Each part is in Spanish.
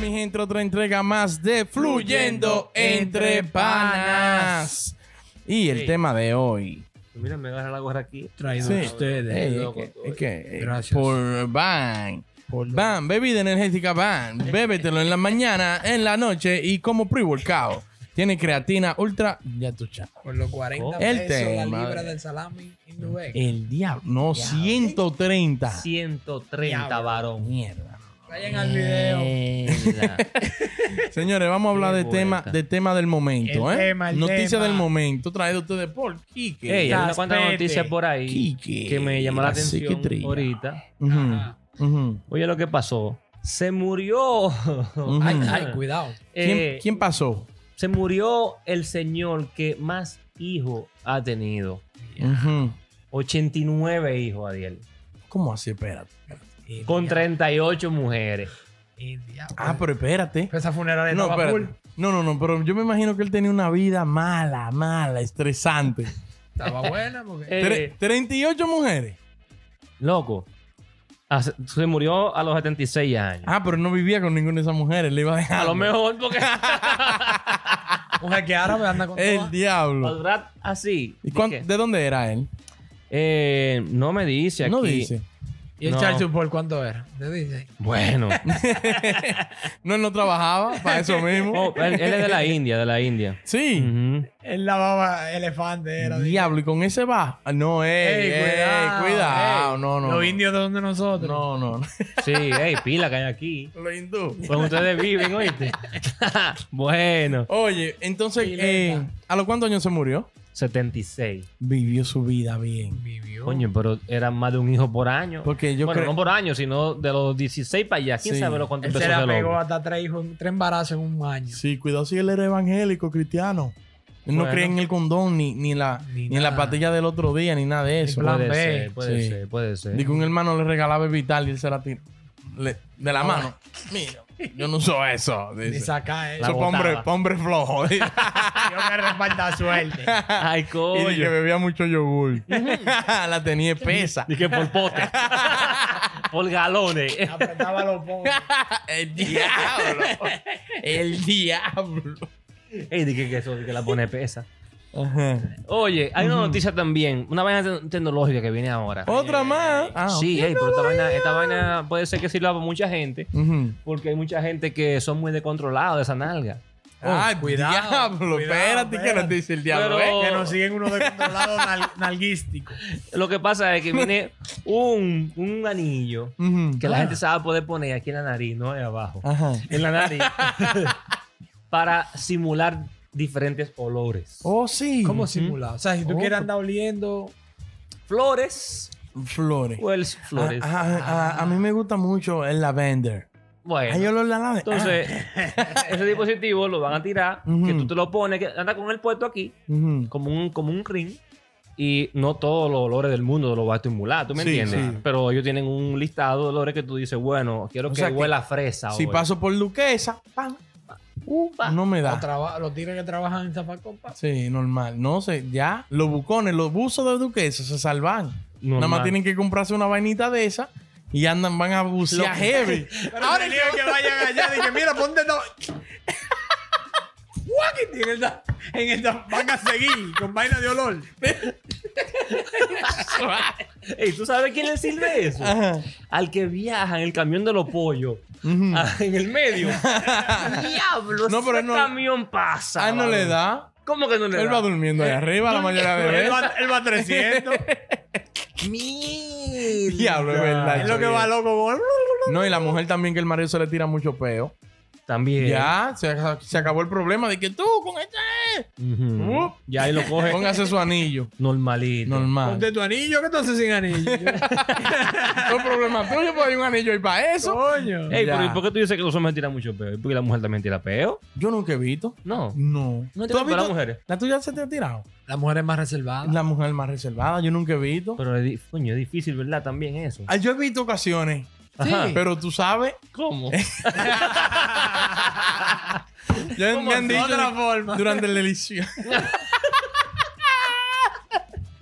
mi gente, otra entrega más de Fluyendo Entre Panas. Y el Sí. tema de hoy. Pues Mira, me agarra la gorra aquí. Traído Sí. a ustedes. Ey, es loco, que- tú es que- Gracias. por Van. Por- Van, bebida energética Van. Bébetelo en la mañana, en la noche y como pre-workout. Tiene creatina ultra. Ya tú chas. Por los 40 Oh. El pesos, la tema, libra eh. del salami hindúes. El diablo. No, 130. 130 varón. Mierda. Vayan al Eh. video. Mierda. Señores, vamos a hablar Qué de tema, vuelta. de tema del momento, El ¿eh? tema, el Noticia tema. del momento, traído a ustedes por Kike. Ey, hay una Las cuanta pete. noticias por ahí Quique, que me llamó la así que atención trilla. ahorita. Ujú, Ajá. ujú, Oye, lo que pasó. Se murió. ujú. Ay, ay, cuidado. Mm, ¿Quién, Eh, quién pasó? Se murió el señor que más hijos ha tenido. Ujú. 89 hijos, Adiel. ¿Cómo así? Espérate. El Con diablo, 38 mujeres. el Eh, diablo. Ah, pero espérate. Esa funeraria No, estaba full. espérate. No, no, no, pero yo me imagino que él tenía una vida mala, mala, estresante. Estaba buena porque... Eh, Tre- 38 mujeres. Loco. hace- Se murió a los 76 años. Ah, pero no vivía con ninguna de esas mujeres, le iba a dejar. A lo mejor porque Un jeque árabe anda con El todas. al diablo. durar así. ¿Y cuán- dije, ¿De dónde era él? eh, no me dice aquí. No dice. ¿Y el No. charge por cuánto era? ¿Te dice? Bueno. No, él no trabajaba para eso mismo. Oh, Mm. él, él es de la India, de la India. Sí. Ujú. Él lavaba elefante, era. Diablo, y con ese va. Ah, No, ey, Ey, ey, cuidado. cuidado, ey. No, no. Los indios de donde nosotros. No, no. no. Sí, hey, pila que hay aquí. Los hindú. Pues ustedes viven, oíste. bueno, Oye, entonces, Pileta. eh, ¿a los cuántos años se murió? 76. Vivió su vida bien. Vivió. Coño, pero eran más de un hijo por año. Porque yo bueno, creo- no por año, sino de los 16 para allá. ¿Quién Sí. sabe lo cuánto Él empezó se la ese pegó loco? hasta tres hijos, tres embarazos en un año. Sí, cuidado si él era evangélico, cristiano. Él No Bueno. creía en el condón, ni, ni, la, ni, Ni en la nada. patilla del otro día, ni nada de eso. plan Puede B. ser, puede Sí. ser, puede ser. Digo, un hermano le regalaba el vital y él se la tiró. Le- de Ah, la mano. Mira, yo no uso eso. dice. Ni sacar Eso eso. La es pa' hombre, botaba. pa' hombre flojo. dice. eh, Yo me respalda suerte. Ay, y coño. dije que bebía mucho yogur. la tenía espesa. Dije por pote. por galones. Apretaba los pomos. El diablo. El diablo. Ey, dije que eso, que la pone pesa. Ajá. Oye, hay una noticia también, una vaina te- tecnológica que viene ahora. Otra más. Oh, Ah, sí, ey, pero esta vaina, esta vaina puede ser que sirva para mucha gente, ujú. porque hay mucha gente que son muy descontrolados de esa nalga. Ay, cuidado, Oh, diablo. cuidado, espérate, que no espérate. te dice el diablo, Pero- ¿eh? Que nos siguen unos descontrolados nal- nalguísticos. Lo que pasa es que viene un, un anillo Ujú. que la gente se va a poder poner aquí en la nariz, no ahí abajo, Ajá. en la nariz, para simular diferentes olores. Oh, sí. ¿Cómo simulado? O sea, si tú Oh. quieres andar oliendo. Flores, Flores. Wells flores. Ah, ah, ah, a mí me gusta mucho el lavender. Bueno. Ay, yo lo la lavender. Entonces, ese dispositivo lo van a tirar, que Ujú. tú te lo pones, que anda con el puesto aquí, Ah, ujú. como un, como un ring, y no todos los olores del mundo lo va a estimular, ¿tú me Sí, entiendes? sí. Pero ellos tienen un listado de olores que tú dices, bueno, quiero O que sea que huela a fresa. Si hoy. paso por Luquesa, pam. Uh, no me Los, da. traba- los tigres que trabajan en Zapacopa. Sí, normal. No sé, ya. Los bucones, los buzos de duquesa se salvan. Nada más Normal. tienen que comprarse una vainita de esa y andan, van a bucear heavy. Ahora el que vayan allá, dije, mira, ponte todo. En el, da- en el da- van a seguir con vaina de olor. Ey, ¿Tú sabes quién le sirve eso? Ajá. Al que viaja en el camión de los pollos, Ujú. ah, en el medio. ¡Diablo! Mm. No, pero ese no- camión pasa. Ah, no vale. le da. ¿Cómo que no le Él va da? durmiendo ahí arriba la mayoría de Él veces. va, él va 300. Mierda. Diablo, es verdad. es lo que va loco. No, y la mujer también, que el marido se le tira mucho peo. También. Ya, se, se acabó el problema de que tú con esta. Ujú. Uh. Ya ahí lo coge Póngase su anillo. normalito. Normal. Ponte tu anillo, que entonces sin anillo. No es problema tuyo, porque hay un anillo ahí para eso. Coño. Ey, pero Ya. ¿y por qué tú dices que los hombres tiran mucho peo? ¿Y por qué la mujer también tira peo? Yo nunca he visto. No. No. No te ¿Tú has culpo a las visto- mujeres. ¿La tuya se te ha tirado? La mujer es más reservada. La mujer más reservada, yo nunca he visto. Pero es, di- coño, es difícil, ¿verdad? También eso. Ah, yo he visto ocasiones, Ah. Ajá. pero tú sabes, ¿Cómo? ya ¿Cómo me han de dicho otra forma? durante el delicioso.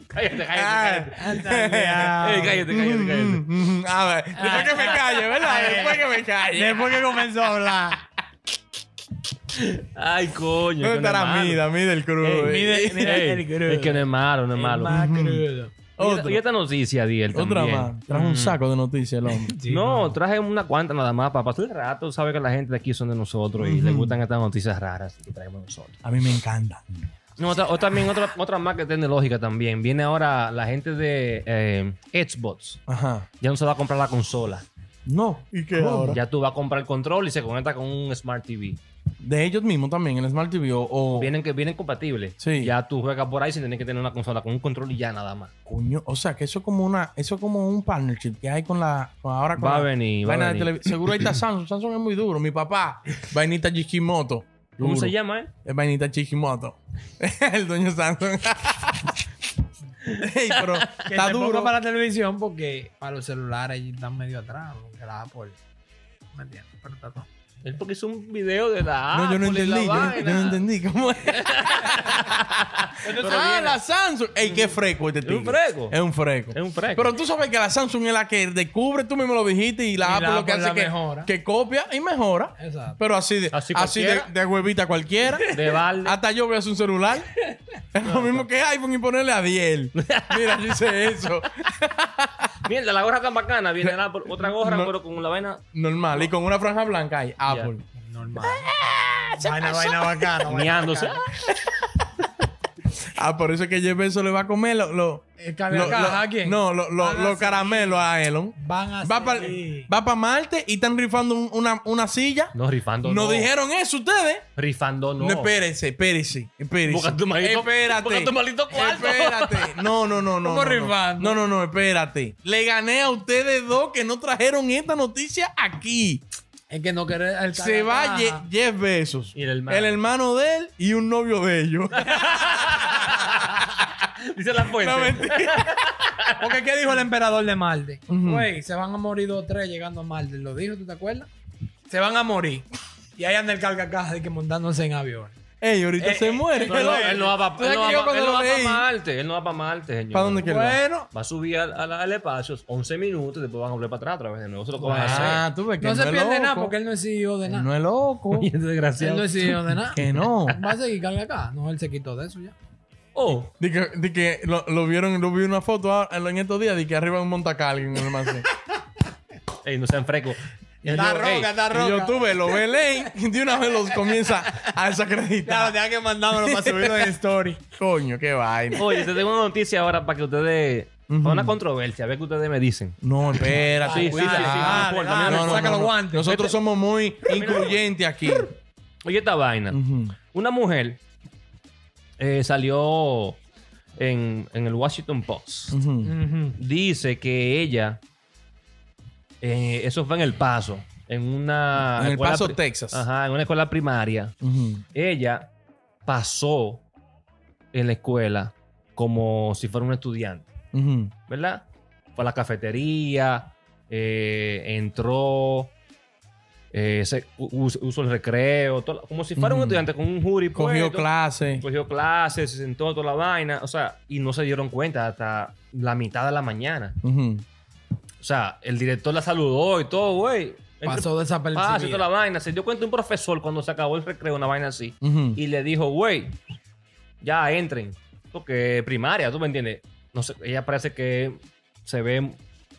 cállate, cállate, pues, Ah. cállate. Ey, Después cállate, cállate, cállate. A ver, Ah. después que me calle, ¿verdad? Después que me calle. que comenzó a hablar. Ay, coño. que no es malo. Mide el crudo? Ey, eh? mide- mira ey, el crudo. Es que no es malo, no es malo. malo. Oye, Otro. Y esta noticia, Diel, Otra también. más. Trajo un saco de noticias el hombre. No, traje una cuanta nada más para pasar el rato. Sabe que la gente de aquí son de nosotros y les gustan estas noticias raras que traemos nosotros. A mí me encanta. No, otra, o también otra, otra más que tiene lógica también. Viene ahora la gente de eh, Xbox. Ajá. Ya no se va a comprar la consola. No. ¿Y qué ahora? Ya tú vas a comprar el control y se conecta con un Smart TV. De ellos mismos también, el Smart TV o... o- Vienen, que, vienen compatibles. Sí. Ya tú juegas por ahí sin tener que tener una consola con un control y ya nada más. Coño, o sea, que eso es como una... Eso es como un partnership que hay con la... con ahora con Va a la- venir, va vaina a de venir. televi- Seguro ahí está Samsung. Samsung es muy duro. Mi papá. Vainita Chiquimoto. ¿Cómo se llama, eh? Es Vainita Chiquimoto. el dueño Samsung. Ey, pero Que está se ponga duro. para la televisión porque para los celulares ellos están medio atrás. Porque la Apple. ¿Me entiendes? Pero está todo. Él porque hizo un video de la No, yo no Apple y la entendí. Yo, no- vaina. yo no entendí cómo es. ah, la Samsung. Ey, qué fresco este Es un tío. fresco. Es un fresco. Es un fresco. Pero tú sabes que la Samsung es la que descubre, tú mismo lo dijiste, y la Y la Apple lo que Apple hace la mejora. que, que copia y mejora. Exacto. Pero así de, así Así de, cualquiera. de huevita cualquiera. De balde. Hasta yo voy a hacer un celular. Es lo mismo que iPhone y ponerle a 10. Mira, yo hice eso. Mierda, la gorra tan bacana. Viene la Apple. Otra gorra, No. pero con la vaina. Normal. Y con una franja blanca ahí, Apple. Normal. Vaina, vaina bacana. vaina Meándose. bacana. Ah, por eso es que Jeff Bezos le va a comer los... Lo, Eh, lo- cambia acá, lo- ¿a quién? No, los Ah, lo, Van a lo seguir. caramelos a Elon. Van a Va para seguir. va pa Marte y están rifando un- una, una silla. Ah, No, rifando. No, No, dijeron eso ustedes. Rifando, no. No, espérense, espérense, espérense. Busca tu maldito- espérate. busca tu maldito cuarto. Espérate. No, no, no, no. no, ¿Cómo no. no, rifando? no, no, espérate. Le gané a ustedes dos que no trajeron esta noticia aquí. Es que no querés. el Se va cagacá. Ye- Jeff Bezos. Y el hermano. hermano de él y un novio de ellos. Dice la fuente. No, mentira. Porque ¿qué dijo el emperador de Marte? Ujú. Güey, se van a morir dos o tres llegando a Marte. Lo dijo, ¿tú te acuerdas? Se van a morir. Y ahí anda el cargacaja de que montándose en avión. Ey, ahorita Eh, se eh, muere. No, no, él no va ¿Tú sabes para que yo cuando lo pa leí? Marte. Él no va para Marte, señor. ¿Para dónde que él va? Bueno, Va a subir al, al, al espacio 11 minutos y después van a volver para atrás otra vez de nuevo. Eso es lo que van a Ah, hacer. tú ves que no se es pierde loco. nada porque él no es CEO de Él nada. no E es loco. Mierda, Él no desgraciado. es CEO de nada. que no. Va a seguir cargacaja. No, él se quitó de eso ya. Oh, De que, de que lo, lo vieron, lo vi una foto ahora- en estos días de que arriba un montacal en el almacén. ey, no sean frescos. Y yo, ey, está Y yo tuve, lo ve ley y de una vez los comienza a desacreditar. tenía que mandármelo para subirlo en story. Coño, qué vaina. Oye, te tengo una noticia ahora para que ustedes. Para una controversia, a ver qué ustedes me dicen. No, espera, Sí, sí, sí, sí, no importa, mira, saca los guantes. Nosotros somos muy incluyentes aquí. Oye, esta vaina. Ujú. Una mujer eh, salió en, en el Washington Post. Ujú. Dice que ella. eh, eso fue en El Paso. En una. En El Ah, escuela Paso, pri- Texas. Ajá, en una escuela primaria. Ujú. Ella pasó en la escuela como si fuera un estudiante. Ujú. ¿verdad? Fue a la cafetería, eh, entró, eh, se- u- us- usó el recreo, toda la- como si fuera un Ujú. estudiante con un jury. Cogió puesto, clase. Cogió clases, se sentó toda la vaina, o sea, y no se dieron cuenta hasta la mitad de la mañana. Ujú. O sea, el director la saludó y todo, güey. Entre- Pasó pase, toda la desapercibido. vaina. Se dio cuenta un profesor cuando se acabó el recreo, una vaina así Ujú. y le dijo, güey, ya entren. Porque primaria, ¿tú me entiendes? No sé, ella parece que se ve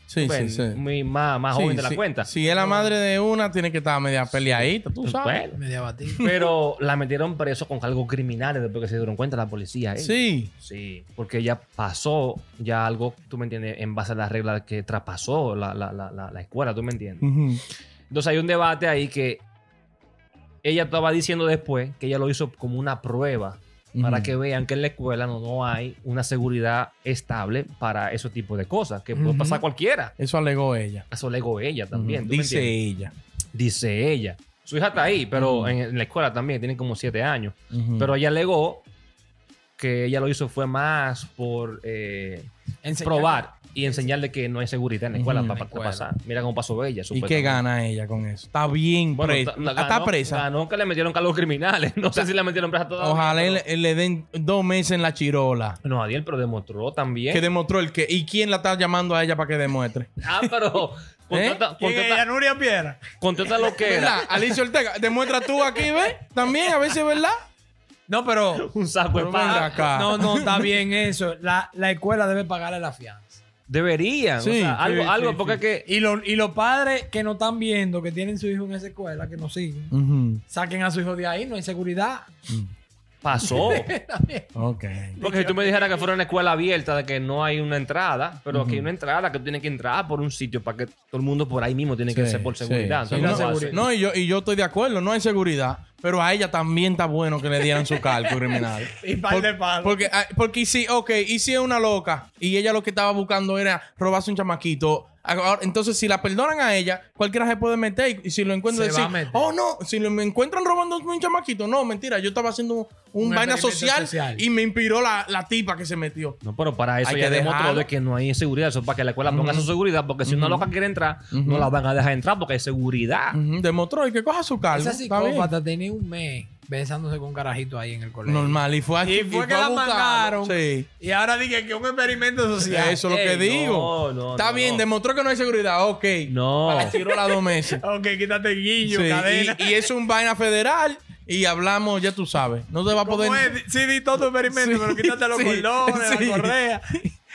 Sí, sí, pues, sí. muy más, más Sí, joven de la sí. cuenta. Pues, Si es la madre de una, tiene que estar media peleadita, tú sabes. Bueno, Media batida. pero la metieron preso con cargos criminales después que se dieron cuenta la policía. ¿eh? Sí. Sí, porque ella pasó ya algo, tú me entiendes, en base a las reglas que traspasó la, la, la, la, la escuela, tú me entiendes. Ujú. Entonces hay un debate ahí que ella estaba diciendo después que ella lo hizo como una prueba para Ujú. que vean que en la escuela no, no hay una seguridad estable para ese tipo de cosas, que puede Ujú. pasar cualquiera. Eso alegó ella. Eso le ego ella también. Ujú. ¿tú me Dice ella. entiendes? Dice ella. Su hija está ahí, pero Ujú. en, en la escuela también, tiene como siete años. Ujú. Pero ella alegó que ella lo hizo fue más por eh, Enseñar- probar y enseñarle que no hay seguridad en la escuela Ujú. para, En la para pasar. Mira cómo pasó ella. ¿Y qué supuestamente. gana ella con eso? Está bien Bueno, presa. ta- Está ganó- presa. Ganó que le metieron cargos criminales. No sé si la metieron presa todavía. Ojalá pero- le, le den dos meses en la chirola. No, Adiel, pero demostró también. Que demostró el que. ¿Y quién la está llamando a ella para que demuestre? Ah, pero Eh, Contrata, ¿Quién es contrata, ella? Nuria Piedra. contrata lo que ¿Verdad? era. Alicia Ortega, demuestra tú aquí, ¿ves? También, a veces, ¿verdad? No, pero. Un saco Pero de ven paja. acá. No, no, está bien eso. La, la escuela debe pagarle la fianza. Deberían. Sí, o sea, sí, algo, sí, algo sí. porque es que. Y, lo- y los padres que no están viendo, que tienen su hijo en esa escuela, que no siguen, saquen a su hijo de ahí, no hay seguridad. Oh. Pasó. Ok. Porque si tú me dijeras que fuera una escuela abierta, de que no hay una entrada, pero aquí hay una entrada que tú tienes que entrar por un sitio para que todo el mundo por ahí mismo tiene que Sí, ser por sí, seguridad. sí. Entonces, ¿cómo la va a seguridad. ser? No, y yo, y yo estoy de acuerdo, no hay seguridad. Pero a ella también está bueno que le dieran su cargo criminal. Y par de palos. Porque, ah, porque y si, ok, y si es una loca y ella lo que estaba buscando era robarse un chamaquito. ah, ahora- Entonces, si la perdonan a ella, cualquiera se puede meter. Y, y si lo encuentran, Se va decir, a meter. oh no, si lo, me encuentran robando un chamaquito, no, mentira, yo estaba haciendo un, Un vaina experimento social, social. y me inspiró la, la tipa que se metió. No, pero para eso Hay ya que demostró dejarlo. de que no hay seguridad. Eso es para que la escuela ponga su seguridad, porque si una loca quiere entrar, no la van a dejar entrar porque hay seguridad. Ujú, Demostró y que coja su cargo. Esa está bien. psicópata tenía un mes besándose con carajito ahí en el colegio. Normal, y fue Y aquí. fue que a la buscarlo. mangaron. Sí. Y ahora dije que un experimento social. Eso es lo que Ey, digo. no, no, Está no, bien, no. demostró que no hay seguridad. Ok. No. La tiró la dos meses. Ok, quítate el guillo, Sí, cadena. Y, y es un vaina federal y hablamos, ya tú sabes. No te va a ¿Cómo poder. es? Sí, di todo tu experimento, Sí, pero quítate los sí, cordones, sí. la correa.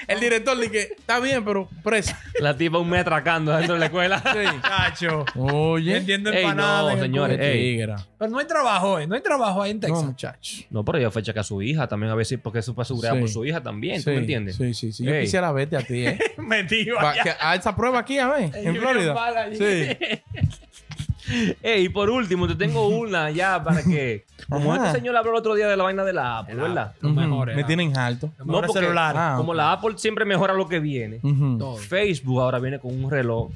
El director dice que está bien, pero presa. La tipa un mes atracando dentro de la escuela. Sí. Cacho. Oye. Entiendo Ey, empanada. no, en el señores. Qué Ey. tigra. culo. Pero no hay trabajo, ¿eh? No hay trabajo ahí en No, Texas. muchachos. No, pero ella fue a checar a su hija también, a ver si, porque eso fue seguridad Sí. por su hija también, Sí, ¿tú me entiendes? Sí, sí, sí. Yo Ey. quisiera verte a ti, ¿eh? Metido Pa- allá. que- a esa prueba aquí, a ver, en Union Pal Florida. allí. Sí. Ey, y por último, te tengo una ya para que. Como Ajá. este señor habló el otro día de la vaina de la Apple, ¿verdad? Los Ujú, mejores, Me ah. tienen alto. Los mejores porque- celulares. Ah. Como la Apple siempre mejora lo que viene. Ujú. Todo. Facebook ahora viene con un reloj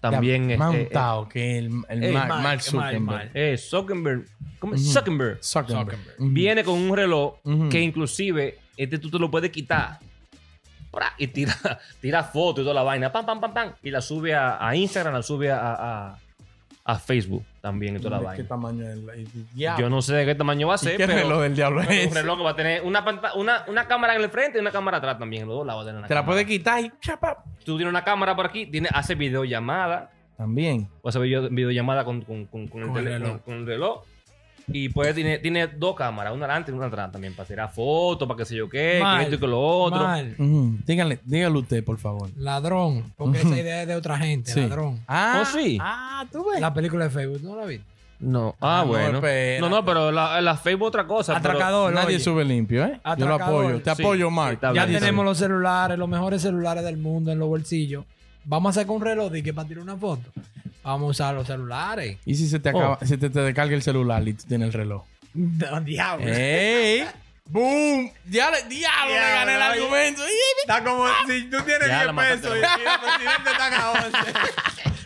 también. Ya, eh, eh, Mountado, que el, el ey, Mar- Mark, Mark que Mark, Zuckerberg. Mark. eh, Zuckerberg. ¿Cómo es? Zuckerberg. Zuckerberg. Zuckerberg. Ujú. Viene con un reloj Ujú. que inclusive este tú te lo puedes quitar. Pra, Y tira, tira fotos y toda la vaina. Pam, pam, pam, pam. Y la sube a, a Instagram, la sube a, a- a Facebook también y toda la ¿De ¿Qué vaina. tamaño es el- el diablo? Yo no sé de qué tamaño va a ser, ¿Qué pero reloj del diablo pero es? un reloj que va a tener una, panta- una, una cámara en el frente y una cámara atrás también. Los dos lados va a tener una Te la cámara. puedes quitar y chapa. Tú tienes una cámara por aquí, tiene, hace videollamada. También. O hacer video- videollamada con, con- con- con el Con el tele- reloj. con- con el reloj. Y puede tiene, tiene dos cámaras, una adelante y una atrás también, para tirar fotos, para qué sé yo qué, Mal, que esto y que lo otro. Mal. Ujú. Dígale, dígale usted, por favor. Ladrón. Porque esa idea es de otra gente. Sí. Ladrón. Ah, ¿Oh, sí? Ah, tú ves. La película de Facebook, ¿no la viste? No, ah, Ah, no, bueno. espera. No, no, pero la, la Facebook otra cosa. pero- Atracador. Nadie oye. sube limpio, ¿eh? Yo lo Atracador. apoyo. Te Sí, apoyo, sí, Mark. está Ya bien. tenemos los celulares, los mejores celulares del mundo en los bolsillos. Vamos a sacar un reloj y que para tirar una foto. Vamos a usar los celulares. ¿Y si se te, Oh. acaba, se te, te descarga el celular y tú tienes el reloj? No, diablo. Eh, ¡Ey! ¡Boom! Ya le- ¡Diablo! Le Diablo, gané el oye. argumento. ¡Ih! Está como si tú tienes Ya, 10 la mataste, pesos y el presidente está a 11.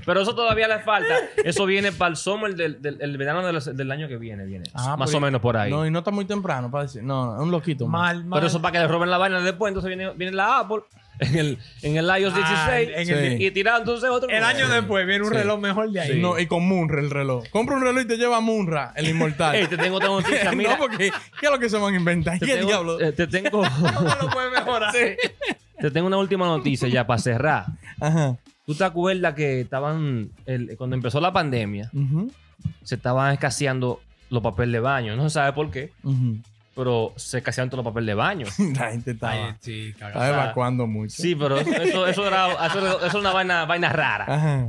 Pero eso todavía le falta. Eso viene para el summer del, del- el verano de los- del año que viene. viene. Ah, Más pues- o menos por ahí. No, y no está muy temprano para decir. No, no, un loquito. más. Mal, mal. Pero eso es para que le roben la vaina después. Entonces viene, viene la Apple en el, en el iOS Ah, 16 en el- y tirando entonces otro. el año después viene un reloj mejor de ahí. No, y con Munra el reloj. Compra un reloj y te lleva a Munra, el inmortal. Ey, te tengo otra noticia. Mira, no, porque ¿qué es lo que se van a inventar? te, ¿Qué tengo, diablo? eh, te tengo, No lo puede mejorar. te tengo una última noticia ya para cerrar. Ajá. ¿Tú te acuerdas que estaban, el- cuando empezó la pandemia, Ujú, se estaban escaseando los papeles de baño? No se sabe por qué, ujú. pero se escasearon todos los papeles de baño. La gente estaba, Ay, sí, estaba cagada. evacuando mucho. Sí, pero eso, eso, eso era, eso era- eso era una vaina, vaina rara. Ajá.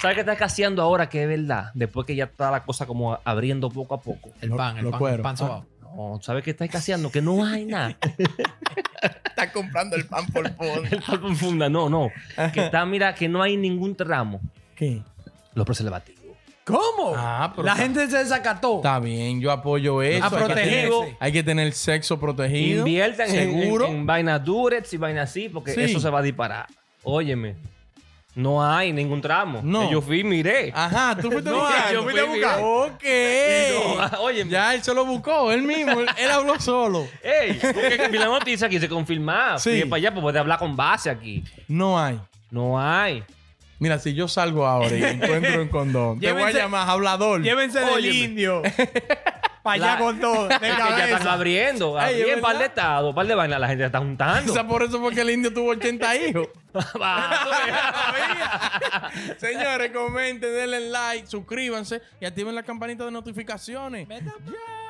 ¿Sabes qué está escaseando ahora que es verdad? Después que ya está la cosa como abriendo poco a poco. El Lo- pan, el lo pan, cuero. el pan sobao. No, ¿sabes qué está escaseando? Que no hay nada. Está comprando el pan por poco. El álbum funda, no, no. Que está, mira, que no hay ningún tramo. ¿Qué? Los preservativos. ¿Cómo? Ah, pero la está- gente se desacató. Está bien, yo apoyo eso. A Hay que protegerse. tener- Hay que tener sexo protegido. Inviertan en, seguro. en- en vainas durex y vainas así, porque Sí. eso se va a disparar. Óyeme, no hay ningún tramo. No. Ah. Yo fui y miré. Ajá, tú fuiste a No, buscar. yo fui a buscar. Ok. No, óyeme. Ya él se lo buscó, él mismo. Él, él habló solo. Ey, porque vi la noticia aquí se confirmaba. Sí. Fui para allá, pues puede hablar con base aquí. No hay. No hay. Mira, si yo salgo ahora y encuentro un condón, te voy a Llévense- llamar hablador. Llévense del Óyeme. indio. Para allá La- con todo. De Es que ya están cabeza. abriendo. Ey, es Abrieron un par de verdad. estados, un par de vainas, la gente se está juntando. Quizá por eso porque el indio tuvo 80 hijos. Va, Señores, comenten, denle like, suscríbanse y activen la campanita de notificaciones. Meta-